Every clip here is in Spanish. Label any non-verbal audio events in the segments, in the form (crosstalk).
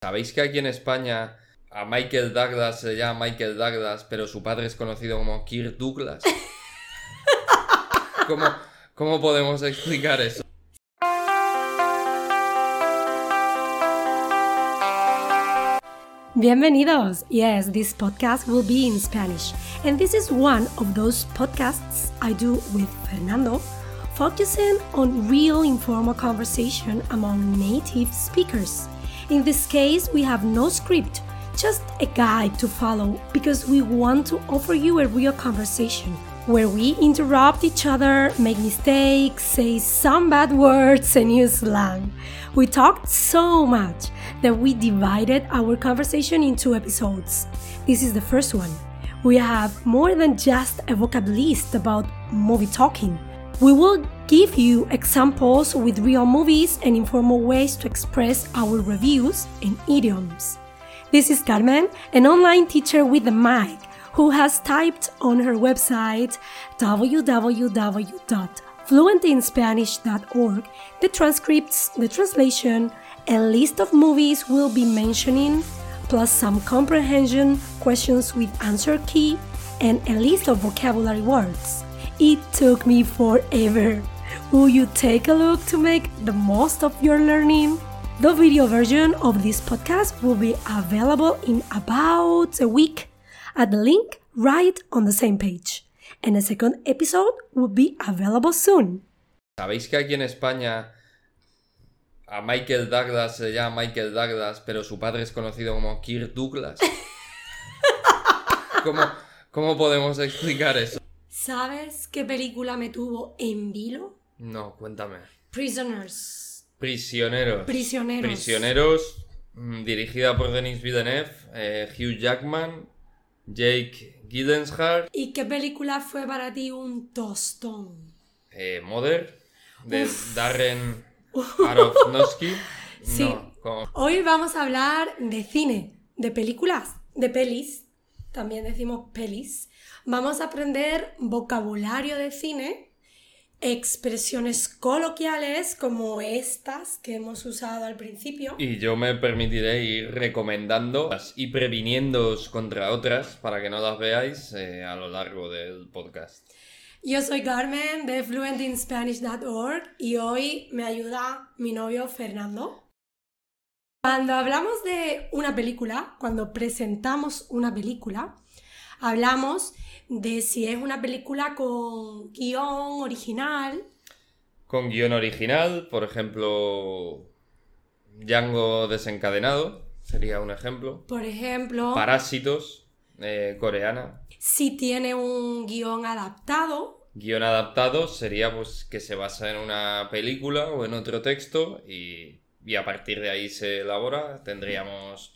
¿Sabéis que aquí en España a Michael Douglas se llama Michael Douglas, pero su padre es conocido como Kirk Douglas? ¿Cómo, cómo podemos explicar eso? Bienvenidos! Yes, this podcast will be in Spanish. And this is one of those podcasts I do with Fernando, focusing on real informal conversation among native speakers. In this case, we have no script, just a guide to follow because we want to offer you a real conversation where we interrupt each other, make mistakes, say some bad words, and use slang. We talked so much that we divided our conversation into episodes. This is the first one. We have more than just a vocab list about movie talking. We will give you examples with real movies and informal ways to express our reviews and idioms. This is Carmen, an online teacher with a mic who has typed on her website www.fluentinspanish.org the transcripts, the translation, a list of movies we'll be mentioning, plus some comprehension questions with answer key, and a list of vocabulary words. It took me forever. Will you take a look to make the most of your learning? The video version of this podcast will be available in about a week at the link right on the same page. And a second episode will be available soon. ¿Sabéis que aquí en España a Michael Douglas se llama Michael Douglas, pero su padre es conocido como Kirk Douglas? ¿Cómo, cómo podemos explicar eso? ¿Sabes qué película me tuvo en vilo? No, cuéntame. Prisoners. Prisioneros. Prisioneros. Prisioneros, mm, dirigida por Denis Villeneuve, eh, Hugh Jackman, Jake Gyllenhaal, ¿Y qué película fue para ti un tostón? eh, Mother, de Darren Aronofsky. Sí. No, como- Hoy vamos a hablar de cine, de películas, de pelis. También decimos pelis. Vamos a aprender vocabulario de cine, expresiones coloquiales como estas que hemos usado al principio. Y yo me permitiré ir recomendando y previniéndoos contra otras para que no las veáis eh, a lo largo del podcast. Yo soy Carmen de fluentinspanish.org y hoy me ayuda mi novio Fernando. Cuando hablamos de una película, cuando presentamos una película, hablamos de si es una película con guión original. Con guión original, por ejemplo, Django desencadenado sería un ejemplo. Por ejemplo, Parásitos, eh, coreana. si tiene un guión adaptado. Guión adaptado sería pues que se basa en una película o en otro texto y, y a partir de ahí se elabora. Tendríamos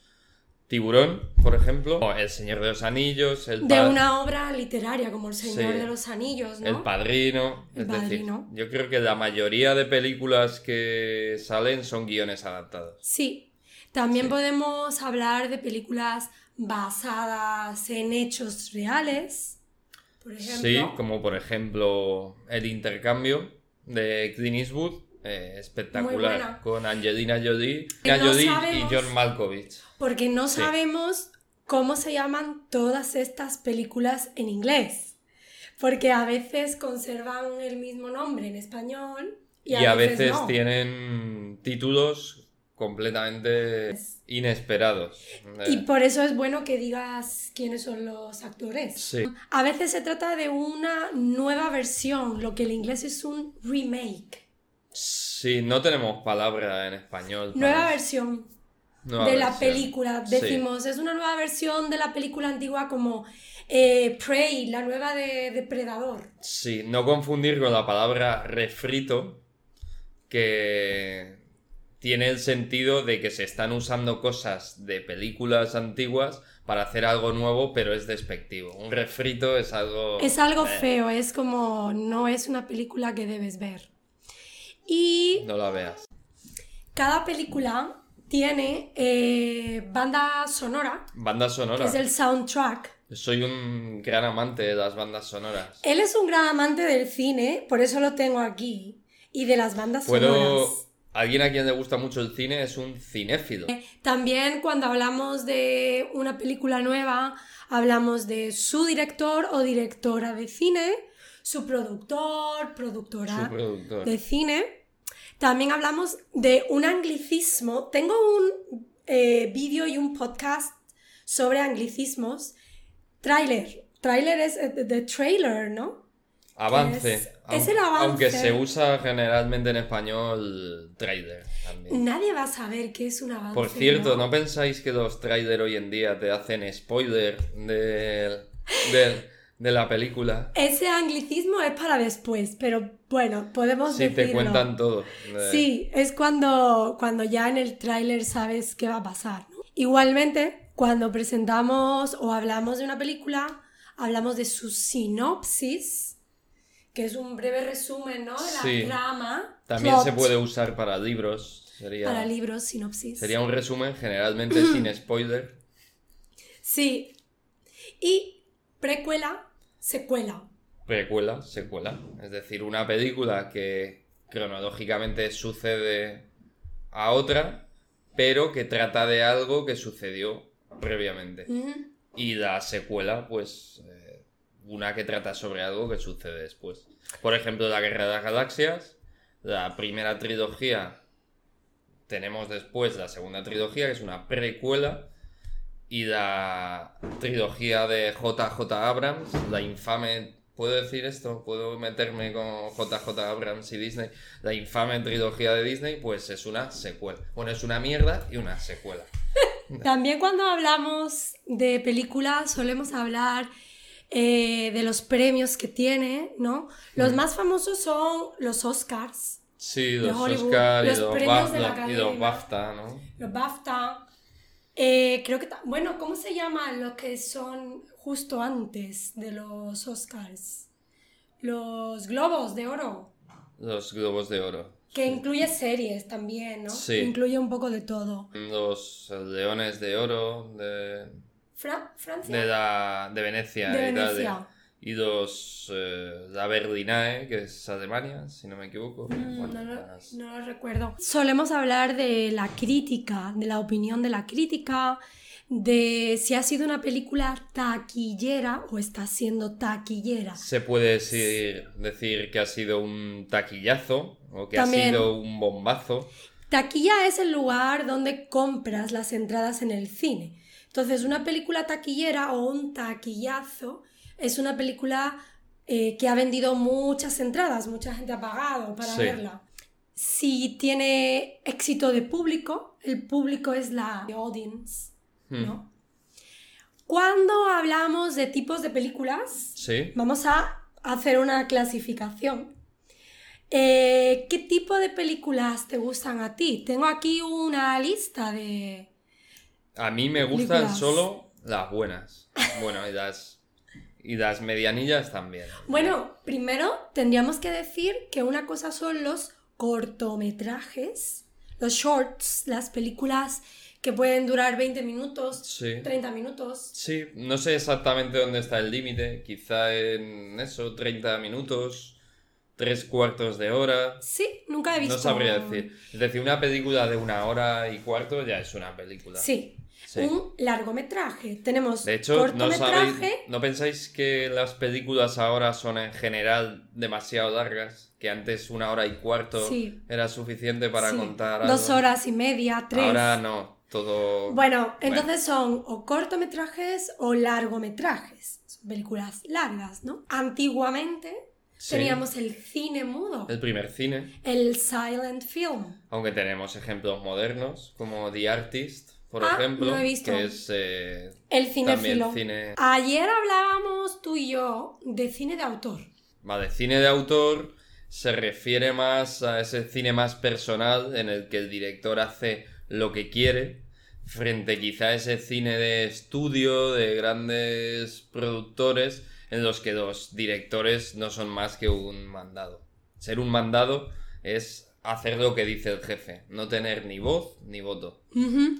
Tiburón, por ejemplo, o El Señor de los Anillos, El De Pad- una obra literaria como El Señor Sí. de los Anillos, ¿no? El Padrino. El es decir, Padrino. yo creo que la mayoría de películas que salen son guiones adaptados. Sí, también podemos hablar de películas basadas en hechos reales, por Sí, ejemplo. como por ejemplo El Intercambio de Clint Eastwood. eh, Muy espectacular buena. con Angelina Jolie, Que Angelina no Jolie sabemos- y John Malkovich. Porque no Sí. sabemos cómo se llaman todas estas películas en inglés. Porque a veces conservan el mismo nombre en español y a, veces, no. tienen títulos completamente inesperados. Y Eh, por eso es bueno que digas quiénes son los actores. sí. A veces se trata de una nueva versión, lo que en inglés es un remake. Sí, no tenemos palabra en español. para Nueva eso. versión. Nueva de la versión. película. Sí. Decimos, es una nueva versión de la película antigua como eh, Prey, la nueva de Depredador. Sí, no confundir con la palabra refrito, que tiene el sentido de que se están usando cosas de películas antiguas para hacer algo nuevo, pero es despectivo. Un refrito es algo... Es algo feo, es como, no es una película que debes ver. Y No la veas. cada película tiene eh, banda sonora, Banda que sonora. es el soundtrack. Soy un gran amante de las bandas sonoras. Eh, Él es un gran amante del cine, por eso lo tengo aquí, y de las bandas Puedo, sonoras. Eh, Alguien a quien le gusta mucho el cine es un cinéfilo. También cuando hablamos de una película nueva, hablamos de su director o directora de cine, su productor, productora Su productor. ah, de cine. También hablamos de un anglicismo. Tengo un eh, vídeo y un podcast sobre anglicismos. Trailer. Trailer es eh, de de trailer, ¿no? Avance. Es- aun- es el avance. Aunque se usa generalmente en español trailer también. Nadie va a saber qué es un avance. Por cierto, Mm, ¿no? ¿no pensáis que los trailers hoy en día te hacen spoiler del- del- de la película? Ese anglicismo es para después, pero bueno, podemos Sí, te decirlo. cuentan todo. Eh, Sí, es cuando, cuando ya en el tráiler sabes qué va a pasar. ¿no? Igualmente, cuando presentamos o hablamos de una película, hablamos de su sinopsis, que es un breve resumen ¿no? de la Sí. trama. También se plot. puede usar para libros. Sería, Para libros, sinopsis. sería un resumen (clears throat) generalmente sin spoiler. Sí. Y precuela, secuela. Precuela, secuela. Es decir, una película que cronológicamente sucede a otra, pero que trata de algo que sucedió previamente. Ujú. Y la secuela, pues, eh, una que trata sobre algo que sucede después. Por ejemplo, la Guerra de las Galaxias, la primera trilogía, tenemos después la segunda trilogía, que es una precuela, y la trilogía de JJ Abrams, la infame... ¿Puedo decir esto? ¿Puedo meterme con JJ Abrams y Disney? La infame trilogía de Disney, pues es una secuela. Bueno, es una mierda y una secuela. También cuando hablamos de películas solemos hablar eh, de los premios que tiene, ¿no? Los más famosos son los Oscars, Sí, de los Hollywood, Oscar y los los, premios de la BAFTA, y Academia. los BAFTA, ¿no? los BAFTA. eh, creo que... ta- Bueno, ¿cómo se llaman los que son justo antes de los Oscars? Los Globos de Oro, Los Globos de Oro. que incluye series también, ¿no? Sí. Incluye un poco de todo. Los eh, Leones de Oro de, Fra- Francia. de, la, de Venecia, De Italia. Venecia. Y los eh, la Berlinae, que es Alemania, si no me equivoco. Mm, Bueno, No lo, las- no lo recuerdo. Solemos hablar de la crítica, de la opinión de la crítica, de si ha sido una película taquillera o está siendo taquillera. Se puede decir, decir que ha sido un taquillazo o que ha También. sido un bombazo. Taquilla es el lugar donde compras las entradas en el cine. Entonces, una película taquillera o un taquillazo es una película eh, que ha vendido muchas entradas, mucha gente ha pagado para Sí. verla. Si tiene éxito de público, el público es la audience, Hmm. ¿no? Cuando hablamos de tipos de películas, Sí. Vamos a hacer una clasificación. Eh, ¿Qué tipo de películas te gustan a ti? Tengo aquí una lista de... A mí me gustan Películas. solo las buenas. Bueno, y las, y las medianillas también. Bueno, primero tendríamos que decir que una cosa son los cortometrajes, los shorts, las películas que pueden durar 20 minutos, Sí. 30 minutos. Sí, no sé exactamente dónde está el límite. Quizá en eso, 30 minutos, tres cuartos de hora. Sí, nunca he visto... No sabría decir. Es decir, una película de una hora y cuarto ya es una película. Sí, Sí. un largometraje. Tenemos De hecho, no cortometraje... sabéis, ¿no pensáis que las películas ahora son en general demasiado largas? Que antes una hora y cuarto Sí. era suficiente para Sí, contar Dos algo. horas y media, tres. Ahora no, todo... Bueno, entonces son o cortometrajes o largometrajes. Son películas largas, ¿no? Antiguamente Sí. teníamos el cine mudo, El primer cine. el silent film. Aunque tenemos ejemplos modernos, como The Artist, por Ah, ejemplo, lo he visto. que es eh, El también cinefilo. cine... Ayer hablábamos tú y yo de cine de autor. Vale, cine de autor se refiere más a ese cine más personal en el que el director hace lo que quiere, frente quizá a ese cine de estudio, de grandes productores, en los que los directores no son más que un mandado. Ser un mandado es hacer lo que dice el jefe, no tener ni voz ni voto. Ujú.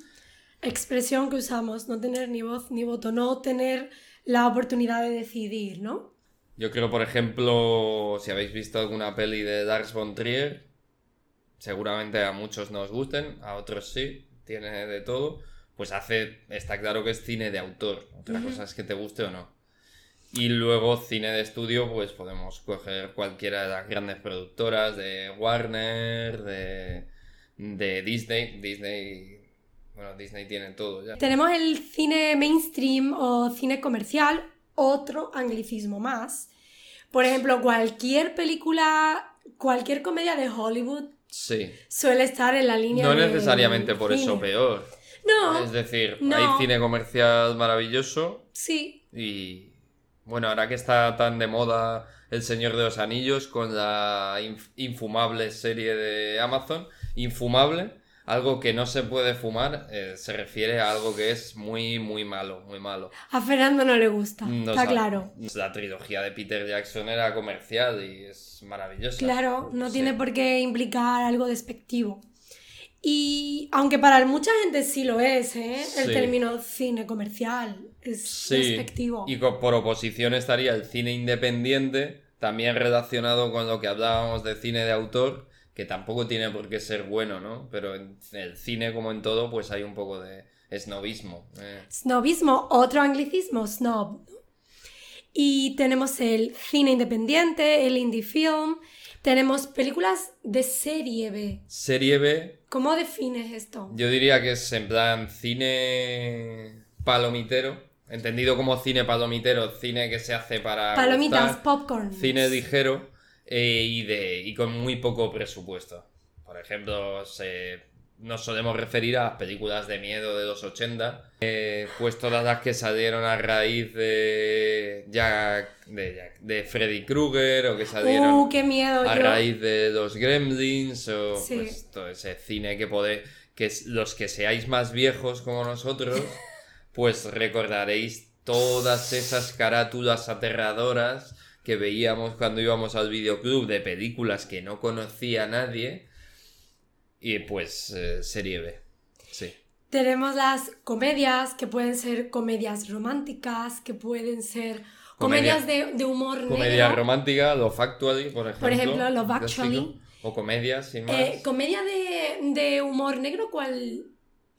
Expresión que usamos, no tener ni voz ni voto, no tener la oportunidad de decidir, ¿no? Yo creo, por ejemplo, si habéis visto alguna peli de Lars von Trier, seguramente a muchos nos gusten, a otros sí, tiene de todo, pues hace, está claro que es cine de autor, otra cosa es que te guste o no. Y luego cine de estudio, pues podemos coger cualquiera de las grandes productoras, de Warner, de, de Disney, Disney... Bueno, Disney tiene todo ya. Tenemos el cine mainstream o cine comercial, otro anglicismo más. Por ejemplo, cualquier película, cualquier comedia de Hollywood Sí. suele estar en la línea No del necesariamente por cine. eso peor. No, Es decir, no. hay cine comercial maravilloso sí. y bueno, ahora que está tan de moda El Señor de los Anillos con la inf- infumable serie de Amazon, infumable, algo que no se puede fumar, eh, se refiere a algo que es muy, muy malo, muy malo. A Fernando no le gusta, No está sabe- claro. La trilogía de Peter Jackson era comercial y es maravillosa. Claro, no Sí. tiene por qué implicar algo despectivo. Y aunque para mucha gente sí lo es, ¿eh? el Sí. término cine comercial es despectivo. Y co- por oposición estaría el cine independiente, también relacionado con lo que hablábamos de cine de autor, que tampoco tiene por qué ser bueno, ¿no? Pero en el cine, como en todo, pues hay un poco de snobismo. eh. Snobismo, otro anglicismo, snob. Y tenemos el cine independiente, el indie film, tenemos películas de serie B. Serie B, ¿Cómo defines esto? yo diría que es en plan cine palomitero, entendido como cine palomitero, cine que se hace para... Palomitas, gustar. popcorn. cine ligero eh, y, de, y con muy poco presupuesto. Por ejemplo, se- nos solemos referir a las películas de miedo de los 80, eh, pues todas las que salieron a raíz de Jack, de, Jack- de Freddy Krueger o que salieron Uh, qué miedo. a yo- raíz de los Gremlins o Sí. pues, todo ese cine que podéis, que es- los que seáis más viejos como (laughs) nosotros, pues recordaréis todas esas carátulas aterradoras que veíamos cuando íbamos al videoclub de películas que no conocía nadie y pues eh, serie B. Sí. Tenemos las comedias, que pueden ser comedias románticas, que pueden ser Comedia- comedias de, de humor Comedia negro. romántica, Love Actually, por ejemplo. ejemplo, Love clásico. Actually. O comedias, sin más. Eh, comedia de, de humor negro, ¿cuál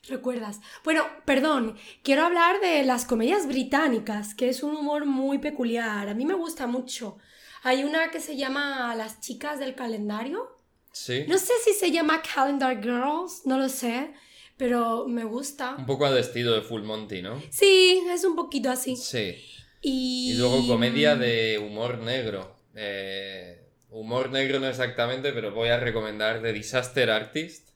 recuerdas? Bueno, perdón, quiero hablar de las comedias británicas, que es un humor muy peculiar. A mí me gusta mucho. Hay una que se llama Las chicas del calendario. sí. No sé si se llama Calendar Girls, no lo sé, pero me gusta. Un poco al estilo de Full Monty, ¿no? Sí, es un poquito así. Sí. Y, Y luego comedia de humor negro. Eh, humor negro no exactamente, pero voy a recomendar The Disaster Artist.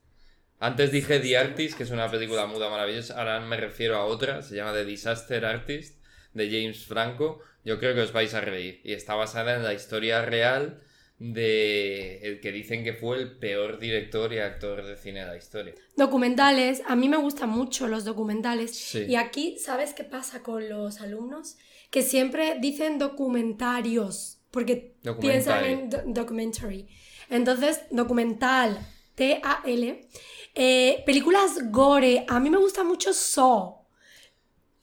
Antes dije The Artist, que es una película muda maravillosa. Ahora me refiero a otra, se llama The Disaster Artist, de James Franco. Yo creo que os vais a reír. Y está basada en la historia real de el que dicen que fue el peor director y actor de cine de la historia. Documentales, a mí me gustan mucho los documentales. Sí. Y aquí, ¿sabes qué pasa con los alumnos? Que siempre dicen documentarios, porque piensan en do- documentary. Entonces, documental, T-A-L. Eh, películas gore, a mí me gusta mucho Saw.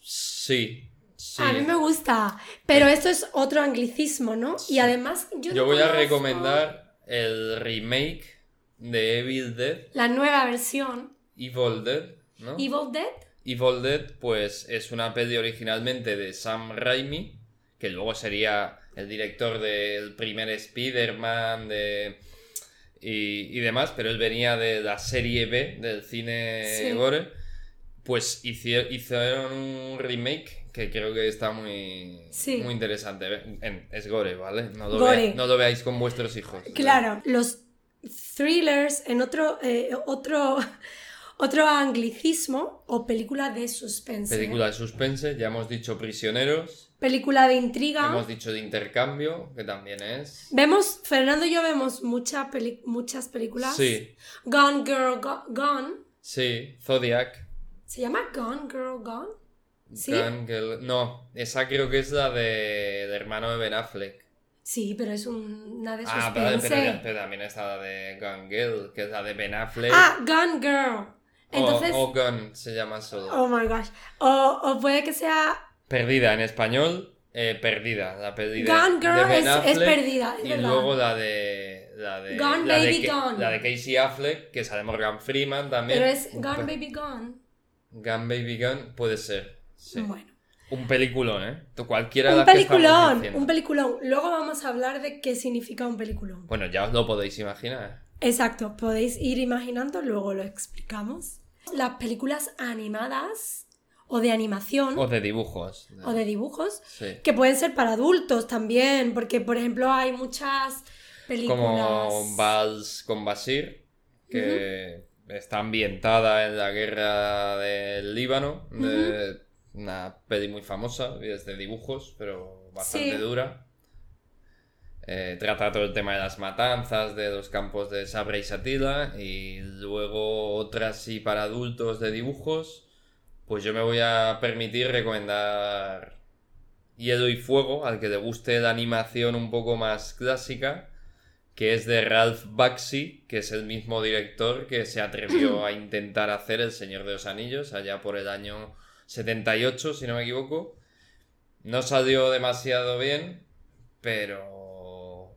Sí. sí. A mí me gusta, pero esto es otro anglicismo, ¿no? Y además, yo, Yo no voy a conozco recomendar el remake de Evil Dead, la nueva versión, Evil Dead, ¿no? Evil Dead. Evil Dead, pues es una peli originalmente de Sam Raimi, que luego sería el director del primer Spider-Man de... y, y demás, pero él venía de la serie B del cine Sí. gore. Pues hici- hicieron un remake que creo que está muy, Sí. muy interesante. En- Es gore, ¿vale? No lo, Gore. vea- no lo veáis con vuestros hijos. Claro, los thrillers en otro, eh, otro, (laughs) otro anglicismo o película de suspense. ¿eh? Película de suspense, ya hemos dicho Prisioneros, Película de intriga. hemos dicho de intercambio, que también es. Vemos, Fernando y yo vemos mucha peli- muchas películas. Sí, Gone Girl Go- Gone. sí, Zodiac. ¿Se llama Gone Girl Gone? ¿Sí? Gun Girl- No, esa creo que es la de, del hermano de Ben Affleck. Sí, pero es un- una de Ah, pero, suspense. pero- pero también está la de Gun Girl, que es la de Ben Affleck. ah, Gone Girl. O- Entonces, o, oh, Gun se llama solo. my gosh. O, o puede que sea Perdida en español, eh, perdida. La perdida Gone Girl es- es Perdida, es y verdad. luego la de la de, Gone la, Baby de Ke- Gone. la de Casey Affleck, que sale Morgan Freeman también. Pero es Un Gone pe- Baby Gone. Gone Baby Gone puede ser. sí. Bueno. Un peliculón, ¿eh? Tú Cualquiera de Un las que estamos peliculón, diciendo. un peliculón. Luego vamos a hablar de qué significa un peliculón. Bueno, ya os lo podéis imaginar. Exacto, podéis ir imaginando, luego lo explicamos. Las películas animadas o de animación O de dibujos. ¿Mm? o de dibujos Sí. que pueden ser para adultos también, porque por ejemplo hay muchas películas Como Vals con Basir, que está ambientada en la guerra del Líbano. de- Una peli muy famosa, y es de dibujos, pero bastante Sí. dura. Eh, trata todo el tema de las matanzas, de los campos de Sabra y Satila, y luego otras sí para adultos de dibujos. Pues yo me voy a permitir recomendar Hielo y Fuego, al que le guste la animación un poco más clásica, que es de Ralph Bakshi, que es el mismo director que se (clears throat) atrevió a intentar hacer El Señor de los Anillos allá por el año 78, si no me equivoco. No salió demasiado bien, pero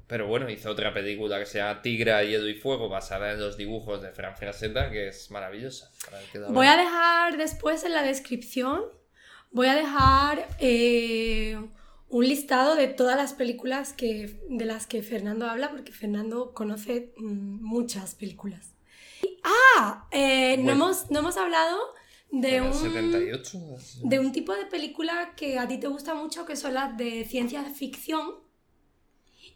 pero bueno, hizo otra película que se llama Tigra, Hielo y Fuego, basada en los dibujos de Fran Frasetta, que es maravillosa. Para el que la Voy vea. a dejar después en la descripción, voy a dejar eh, un listado de todas las películas que, de las que Fernando habla, porque Fernando conoce mm, muchas películas. Y- Ah, eh, no, Bueno. hemos, no hemos hablado de Bueno, un, 78. así. de un tipo de película que a ti te gusta mucho, que son las de ciencia ficción.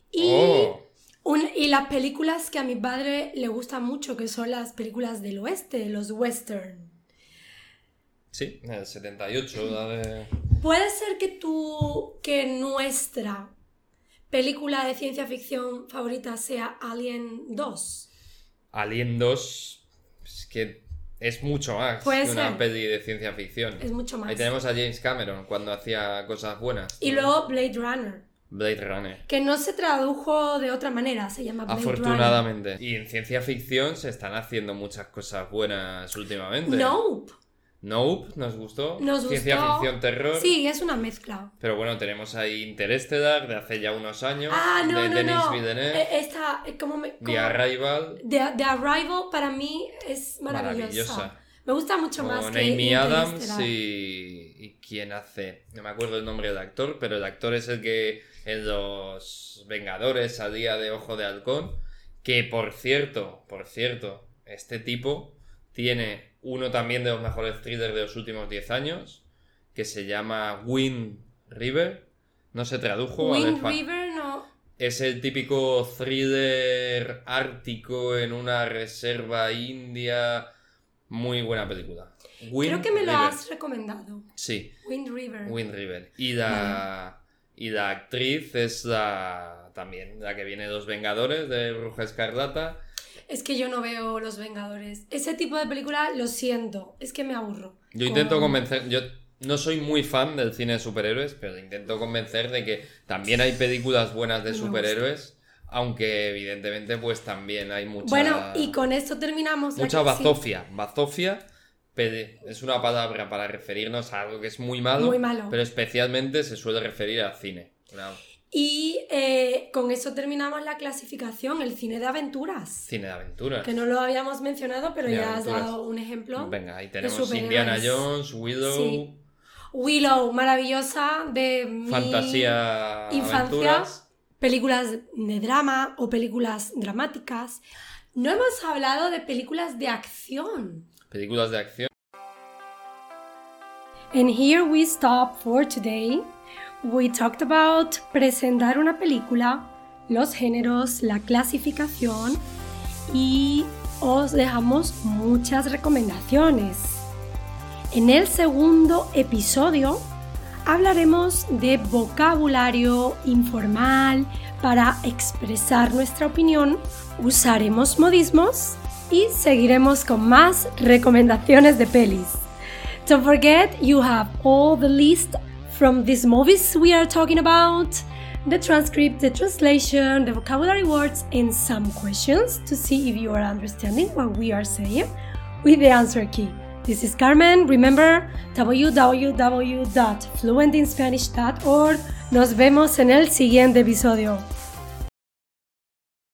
Y, Oh, un- y las películas que a mi padre le gustan mucho, que son las películas del oeste, los western. sí, el 78, la de... Puede ser que tú, que nuestra película de ciencia ficción favorita sea Alien 2. Alien 2 es que es mucho más Puede que una ser. peli de ciencia ficción. Es mucho más. Ahí tenemos a James Cameron cuando hacía cosas buenas. Y luego Blade Runner, Blade Runner. que no se tradujo de otra manera, se llama Blade Runner. Afortunadamente. Y en ciencia ficción se están haciendo muchas cosas buenas últimamente. Nope. Nope, nos gustó. Nos Ciencia gustó. ficción terror. Sí, es una mezcla. Pero bueno, tenemos ahí Interestelar de hace ya unos años. Ah, no, de no, Denis no. Villeneuve. Eh, Esta, eh, ¿cómo me...? The cómo- Arrival. The, The Arrival para mí es maravillosa. Maravillosa. Me gusta mucho más con que Amy Adams Interestelar. y, y quién hace, no me acuerdo el nombre del actor, pero el actor es el que en Los Vengadores salía de Ojo de Halcón, que por cierto, por cierto, este tipo tiene uno también de los mejores thrillers de los últimos 10 años, que se llama Wind River, no se tradujo al Wind espa- River no... es el típico thriller ártico en una reserva india. Muy buena película. Creo Wind que me lo River. has Ah. recomendado. Sí, Wind River. Wind River. Y la, y la actriz es la también la que viene de Los Vengadores, de Bruja Escarlata. Es que yo no veo Los Vengadores. Ese tipo de película, lo siento, es que me aburro. Yo intento Con- convencer. Yo no soy muy fan del cine de superhéroes, pero intento convencer de que también hay películas buenas de Me gusta. superhéroes, aunque evidentemente, pues también hay mucha. Bueno, y con esto terminamos. la Mucha que- sí, bazofia. Bazofia pede- es una palabra para referirnos a algo que es muy malo, Muy malo. pero especialmente se suele referir al cine. Una- Y eh, con eso terminamos la clasificación, el cine de aventuras. Cine de aventuras. Que no lo habíamos mencionado, pero Cine de ya has aventuras. dado un ejemplo. Venga, ahí los tenemos superhéroes. Indiana Jones, Willow, Sí. Willow, maravillosa, de mi Fantasía infancia. Aventuras. películas de drama o películas dramáticas. No hemos hablado de películas de acción. Películas de acción. And here we stop for today. We talked about presentar una película, los géneros, la clasificación y os dejamos muchas recomendaciones. En el segundo episodio hablaremos de vocabulario informal para expresar nuestra opinión, usaremos modismos y seguiremos con más recomendaciones de pelis. Don't forget, you have all the list from these movies we are talking about the transcript, the translation, the vocabulary words, and some questions to see if you are understanding what we are saying with the answer key. This is Carmen. Remember www.fluentinspanish.org. Nos vemos en el siguiente episodio.